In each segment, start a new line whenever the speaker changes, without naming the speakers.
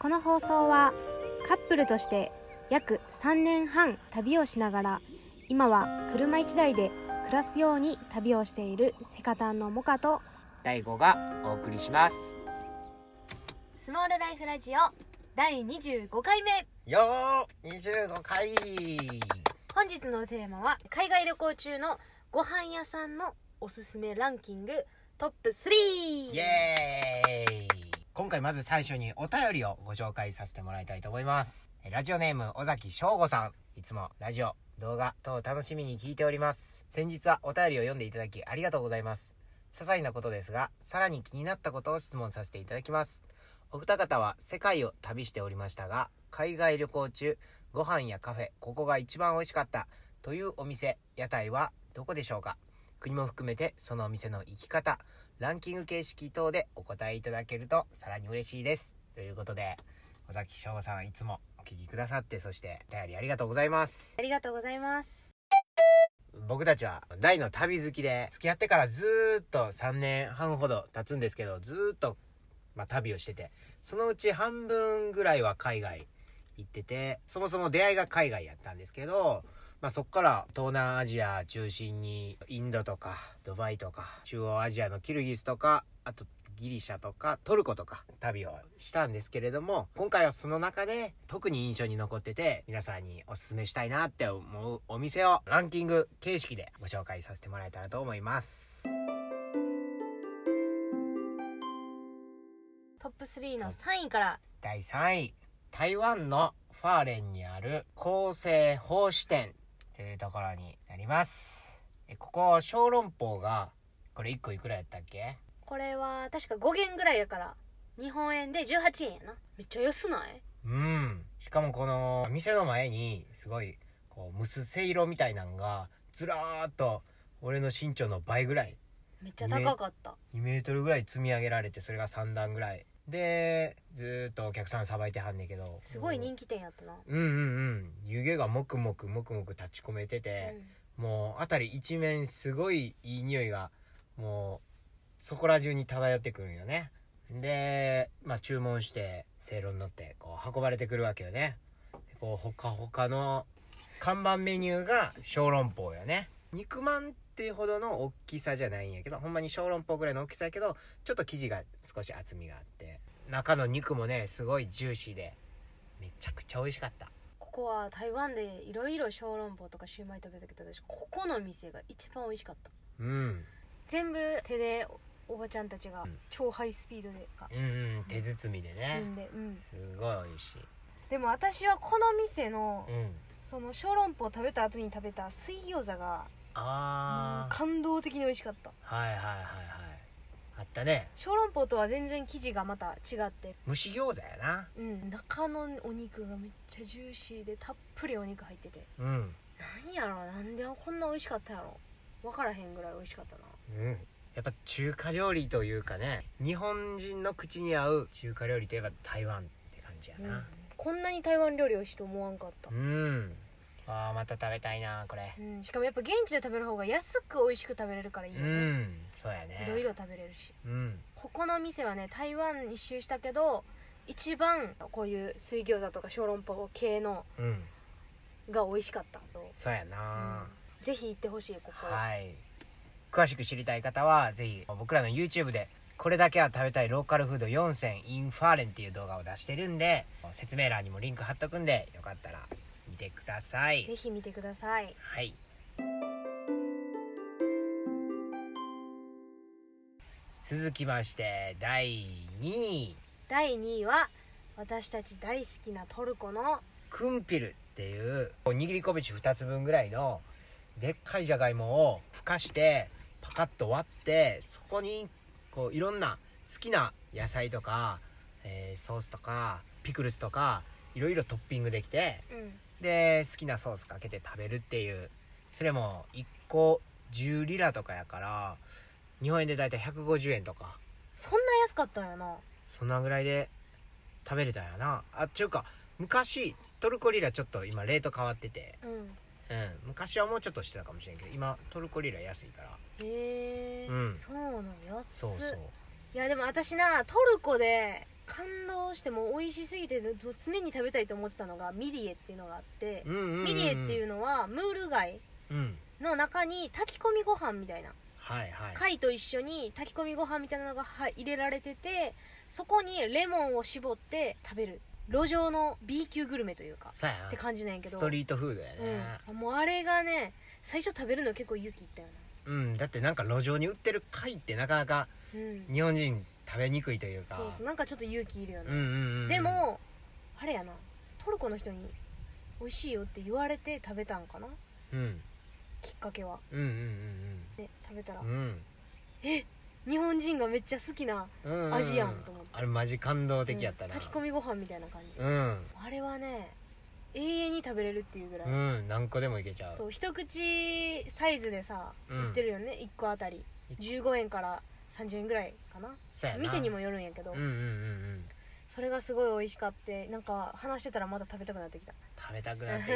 この放送はカップルとして約3年半旅をしながら今は車1台で暮らすように旅をしているセカタンのモカと
第5がお送りします
スモールライフラジオ第25回目
よー25回
本日のテーマは海外旅行中のご飯屋さんのおすすめランキングトップ3
イエーイ今回まず最初にお便りをご紹介させてもらいたいと思いますえラジオネーム尾崎翔吾さんいつもラジオ動画等楽しみに聞いております先日はお便りを読んでいただきありがとうございます些細なことですがさらに気になったことを質問させていただきますお二方は世界を旅しておりましたが海外旅行中ご飯やカフェここが一番美味しかったというお店屋台はどこでしょうか国も含めてそのお店の行き方ランキング形式等でお答えいただけるとさらに嬉しいです。ということで、尾崎翔さんいつもお聞きくださって、そしてお便りありがとうございます。
ありがとうございます
僕たちは大の旅好きで、付き合ってからずーっと3年半ほど経つんですけど、ずーっと、まあ、旅をしてて、そのうち半分ぐらいは海外行ってて、そもそも出会いが海外やったんですけど、まあ、そこから東南アジア中心にインドとかドバイとか中央アジアのキルギスとかあとギリシャとかトルコとか旅をしたんですけれども今回はその中で特に印象に残ってて皆さんにおすすめしたいなって思うお店をランキング形式でご紹介させてもらえたらと思います
トップ3の3位から
第3位台湾のファーレンにある厚生奉仕店というところになりますえここ小籠包がこれ1個いくらやったっけ
これは確か5元ぐらいやから日本円で18円やなめっちゃ安ない
うん。しかもこの、店の前に、すごい、こう、むすせ色みたいなんが、ずらーっと、俺の身長の倍ぐらい、
めっちゃ高かった、
2メートルぐらい積み上げられて、それが3段ぐらい。で、ずーっとお客さんさばいてはんねんけど。
すごい
人
人気店やったな、
うんうんうん。湯気がもくもくもくもく立ち込めてて、もう、あたり一面すごいいい匂いが、もう、そこら中に漂ってくるんよね。で、まあ注文して、せいろに乗って、こう、運ばれてくるわけよね。でこう、ほかほかの、看板メニューが小籠包よね。肉まんっていうほどの大きさじゃないんやけど、ほんまに小籠包ぐらいの大きさやけど、ちょっと生地が少し厚みがあって、中の肉もね、すごいジューシーで、めちゃくちゃ美味しかった。
ここは台湾でいろいろ小籠包とかシューマイ食べたけど私ここの店が一番美味しかった
うん。
全部手でおおばちゃんたちが
うん
超ハイスピードでか
うんうん、手包みで
包
ね
ん。で、うん、
すごい美味しい。
でも私はこの店の
うん。
その小籠包を食べた後に食べた水餃子がもう
ああ
感動的に美味しかった
はいはいはいはいあったね
小籠包とは全然生地がまた違って
蒸し餃子やな
うん中のお肉がめっちゃジューシーでたっぷりお肉入ってて
うん
なんやろなんでこんな美味しかったんやろ分からへんぐらい美味しかったな
うんやっぱ中華料理というかね日本人の口に合う中華料理といえば台湾って感じやな
こんなに台湾料理美味しいと思わんかった
う、ん、あーまた食べたいなこれ
うん、しかもやっぱ現地で食べる方が安く美味しく食べれるからいいうよね
んそうやね
いろいろ食べれるし
うん
ここの店はね台湾一周したけど一番こういう水餃子とか小籠包系の
うん
が美味しかった
そうやな、
ぜひ行ってほしいここ
はい詳しく知りたい方はぜひ僕らの YouTube でこれだけは食べたいローカルフード4選インファーレンっていう動画を出してるんで説明欄にもリンク貼っとくんでよかったら見てください
ぜひ見てください
はい続きまして第2位
第2位は私たち大好きなトルコの
クンピルっていうこう握り拳2つ分ぐらいのでっかいじゃがいもをふかしてパカッと割ってそこにこういろんな好きな野菜とか、えーソースとかピクルスとかいろいろトッピングできて
うん
で好きなソースかけて食べるっていうそれも1個10リラとかやから日本円でだいたい150円とか
そんな安かったんやな
そんなぐらいで食べれたんやなあっていうか昔トルコリラちょっと今レート変わってて
うん
うん、昔はもうちょっとしてたかもしれんけど今トルコリラ安いから
へえ、
うん
そうなの安っ
そうそう
いやでも私なトルコで感動してもう美味しすぎてもう常に食べたいと思ってたのがミリエっていうのがあって、
うんうんうん
ミリエっていうのはムール貝
うん
の中に炊き込みご飯みたいな
はいはい
貝と一緒に炊き込みご飯みたいなのがは入れられててそこにレモンを絞って食べる路上の B 級グルメというか
そうや
って感じなんやけど
ストリートフードやね
うん、もうあれがね最初食べるの結構勇気いったよ
うん、だってなんか路上に売ってる貝ってなかなか
な、うん、
日本人食べにくいというか
そうそうなんかちょっと勇気いるよ
うん
ね、
うんうん
でもあれやなトルコの人に美味しいよって言われて食べたんかな
うん
きっかけは
うんうん
で食べたら、
うんうん
日本人がめっちゃ好きな
うんうんうん
アジアンと思って
あれマジ感動的やったな、
うん炊き込みご飯みたいな感じ、
うん
あれはね永遠に食べれるっていうぐらい、
うん何個でもいけちゃう
そう一口サイズでさ
うん
売ってるよね、1個あたり15円から30円ぐらいかな
そうやな
店にもよるんやけど、
うんうんうんうん
それがすごい美味しかってなんか話してたらまた食べたくなってきた、ね
食べたくなってき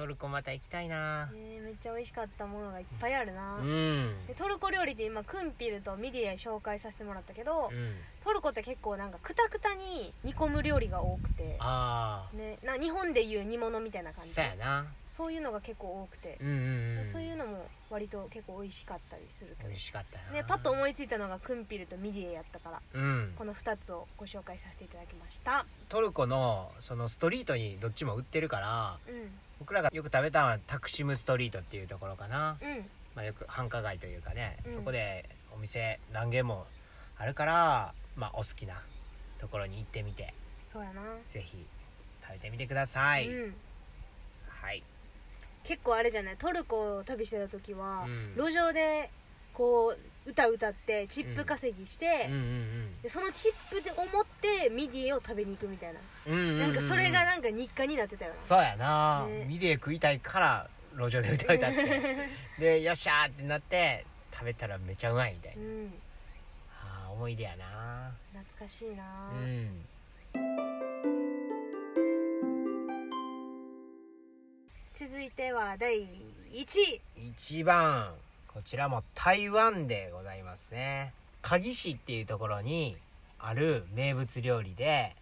トルコまた行きたいな
えめっちゃ美味しかったものがいっぱいあるな、
うん
でトルコ料理って今クンピルとミディア紹介させてもらったけど、
うん
トルコって結構なんかクタクタに煮込む料理が多くて、
あ
ね、な日本でいう煮物みたいな
あ
感じ
そうやな
そういうのが結構多くて
う、んうんうん
そういうのも割と結構美味しかったりするけ
美
ど
味しかったな
ね、パッと思いついたのがクンピルとミディエやったから
うん
この2つをご紹介させていただきました
トルコのそのストリートにどっちも売ってるから
うん
僕らがよく食べたのはタクシムストリートっていうところかな、
うん
まあ、よく繁華街というかね、
うん
そこでお店何軒もあるから、まあ、お好きなところに行ってみて
そうやな、
ぜひ食べてみてください、
うん、
はい
結構あれじゃないトルコを旅してた時は、
うん
路上でこう歌歌ってチップ稼ぎして、
うんうん
でそのチップで思ってミディエを食べに行くみたいな、
うんうんうんうん
なんかそれがなんか日課になってたよな
そうやな、
ね
見て食いたいから路上で歌歌って でよっしゃーってなって食べたらめちゃうまいみたいな、
うん
あー思い出やな
懐かしいな、
うん
続いては第1位
一番こちらも台湾でございますね鍵市っていうところにある名物料理で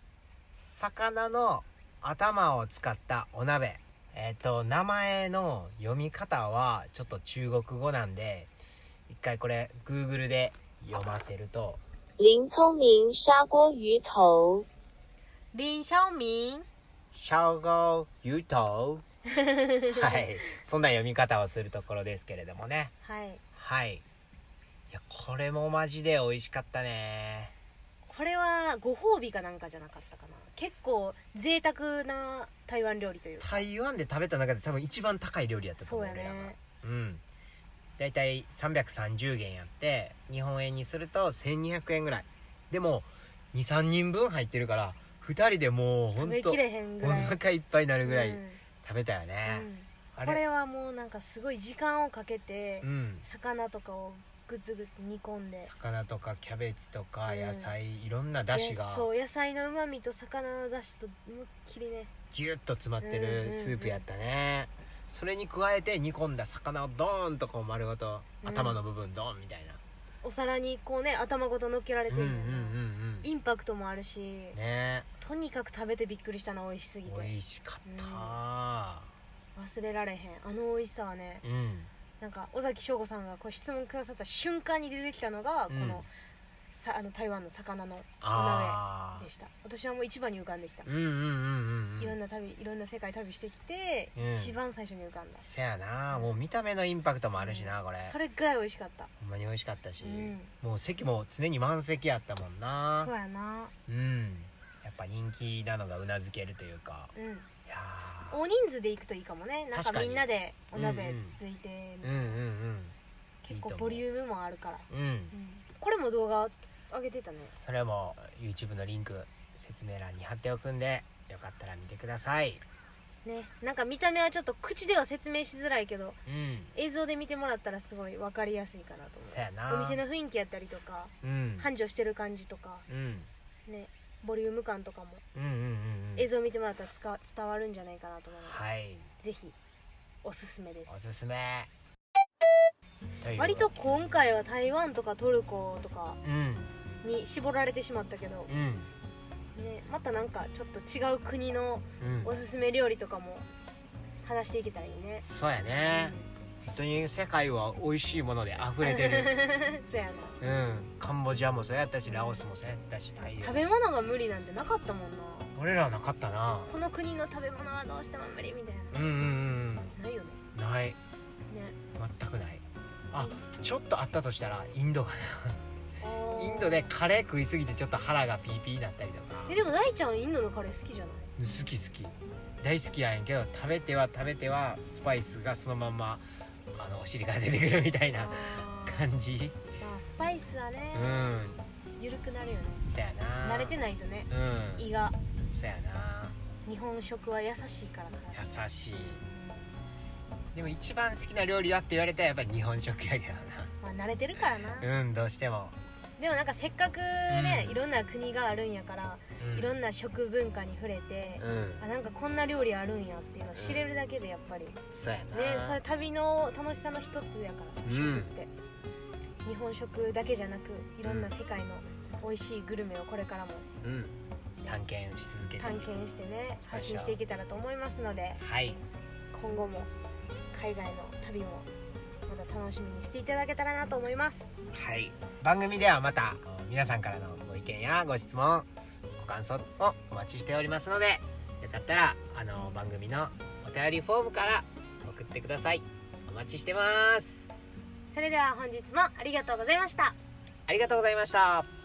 魚の頭を使ったお鍋えっ、と名前の読み方はちょっと中国語なんで一回これ Google で読ませると
林聪明砂锅鱼头，
林小民
シャオゴーユトはいそんな読み方をするところですけれどもね
はい
はいいやこれもマジで美味しかったね
これはご褒美かなんかじゃなかったかな結構贅沢な台湾料理というか
台湾で食べた中で多分一番高い料理やったと
そう
思う
や
俺らが
ね
うん大体330元やって日本円にすると1200円ぐらいでも23人分入ってるから2人でもうほ
食
ん
べ
と
きれへんぐ
お
らい
腹いっぱいになるぐら
う
い
ん
食べたよね、
う
あ
ん、こ
れ
れはもうなんかすごい時間をかけて、
うん
魚とかをグツグツ煮込んで
魚とかキャベツとか
うん
野菜、いろんなだし
で
が
そう野菜のうまみと魚のだしと思いっきりね
ギュッと詰まって
うん
る
うんうん
スープやったね、それに加えて煮込んだ魚をドーンとこう丸ごと
うん
頭の部分ドーンみたいな、
お皿にこうね頭ごと乗っけられ
う
て
ん、う
るん
んうん
だよな、
うん
インパクトもあるし
ね
とにかく食べてびっくりしたな美味しすぎて
美味しかった
忘れられへんあの美味しさはね
うん、
なんか尾崎翔吾さんがこう質問くださった瞬間に出てきたのが、
うん
このさあの台湾の魚の
ああ
でした私はもう一番に浮かんできた、
うんうんうんうん
いろん
な
な旅いろんな世界旅してきて、
うん
一番最初に浮かんだ
せやなもう見た目のインパクトもあるしなこれ
それぐらい美味しかった
ほんまに美味しかったし、
うん
もう席も常に満席やったもんな
そうやな
うんやっぱ人気なのがうなずけるというか
うん
いやー
大人数で行くといいかもねなん
確
か
か
み
に
んなでお
う
鍋
んうん
つついて、
うんうん
結構ボリュームもあるから、
うんうん
うんこれも動画上げてたね
それも YouTube のリンク説明欄に貼っておくんでよかったら見てください
ねなんか見た目はちょっと口では説明しづらいけど
うん
映像で見てもらったらすごい分かりやすいかなと思う
そやな
お店の雰囲気やったりとか
うん
繁盛してる感じとか
うん
ねボリューム感とかも
うんうんうんう
映
ん
像見てもらったらつか伝わるんじゃないかなと思うので、
はい
ぜひおすすめです
おすすめという
割と今回は台湾とかトルコとか
うん
に絞られてしまったけど
うん
ね、またなんかちょっと違う国の
うん
おすすめ料理とかも話していけたらいいね
そうやね本当に世界は美味しいもので溢れ てる
そうやな
うんカンボジアもそうやったしラオスもそうやったしタイでも
食べ物が無理なんてなかったもんな
俺らはなかったな
この国の食べ物はどうしても無理みたい
うんうん
なないよね
うんない
ね
全くないあちょっとあったとしたらインドが
あー
インドでカレー食いすぎてちょっと腹がピーピーになったりとか
えでも大ちゃんインドのカレー好きじゃない
好き好き大好きやんやけど食べては食べてはスパイスがそのまんまあのお尻から出てくるみたいな
あー
感じ
まあスパイスはね
うん
緩くなるよね
そやな
慣れてないとね
うん
胃が
そやな
日本食は優しいからな
優しいでも一番好きな料理はって言われたらやっぱり日本食やけど
まあ慣れてるからな
なうんどうしても、
でもなんかせっかくね、
うん
いろんな国があるんやから、
うん、
いろんな食文化に触れて、
うん
あなんかこんな料理あるんやっていうのを知れるだけでやっぱりね
そうやな
それ旅の楽しさの一つやからさ
うん
食って、日本食だけじゃなくいろんな世界の美味しいグルメをこれからも
うん探検し続けて
探検してね
う
発信していけたらと思いますので
はい
今後も海外の旅もまた楽しみにしていただけたらなと思います
はい番組ではまたあの皆さんからのご意見やご質問ご感想をお待ちしておりますのでよかったらあの番組のお便りフォームから送ってくださいお待ちしてます
それでは本日もありがとうございました
ありがとうございました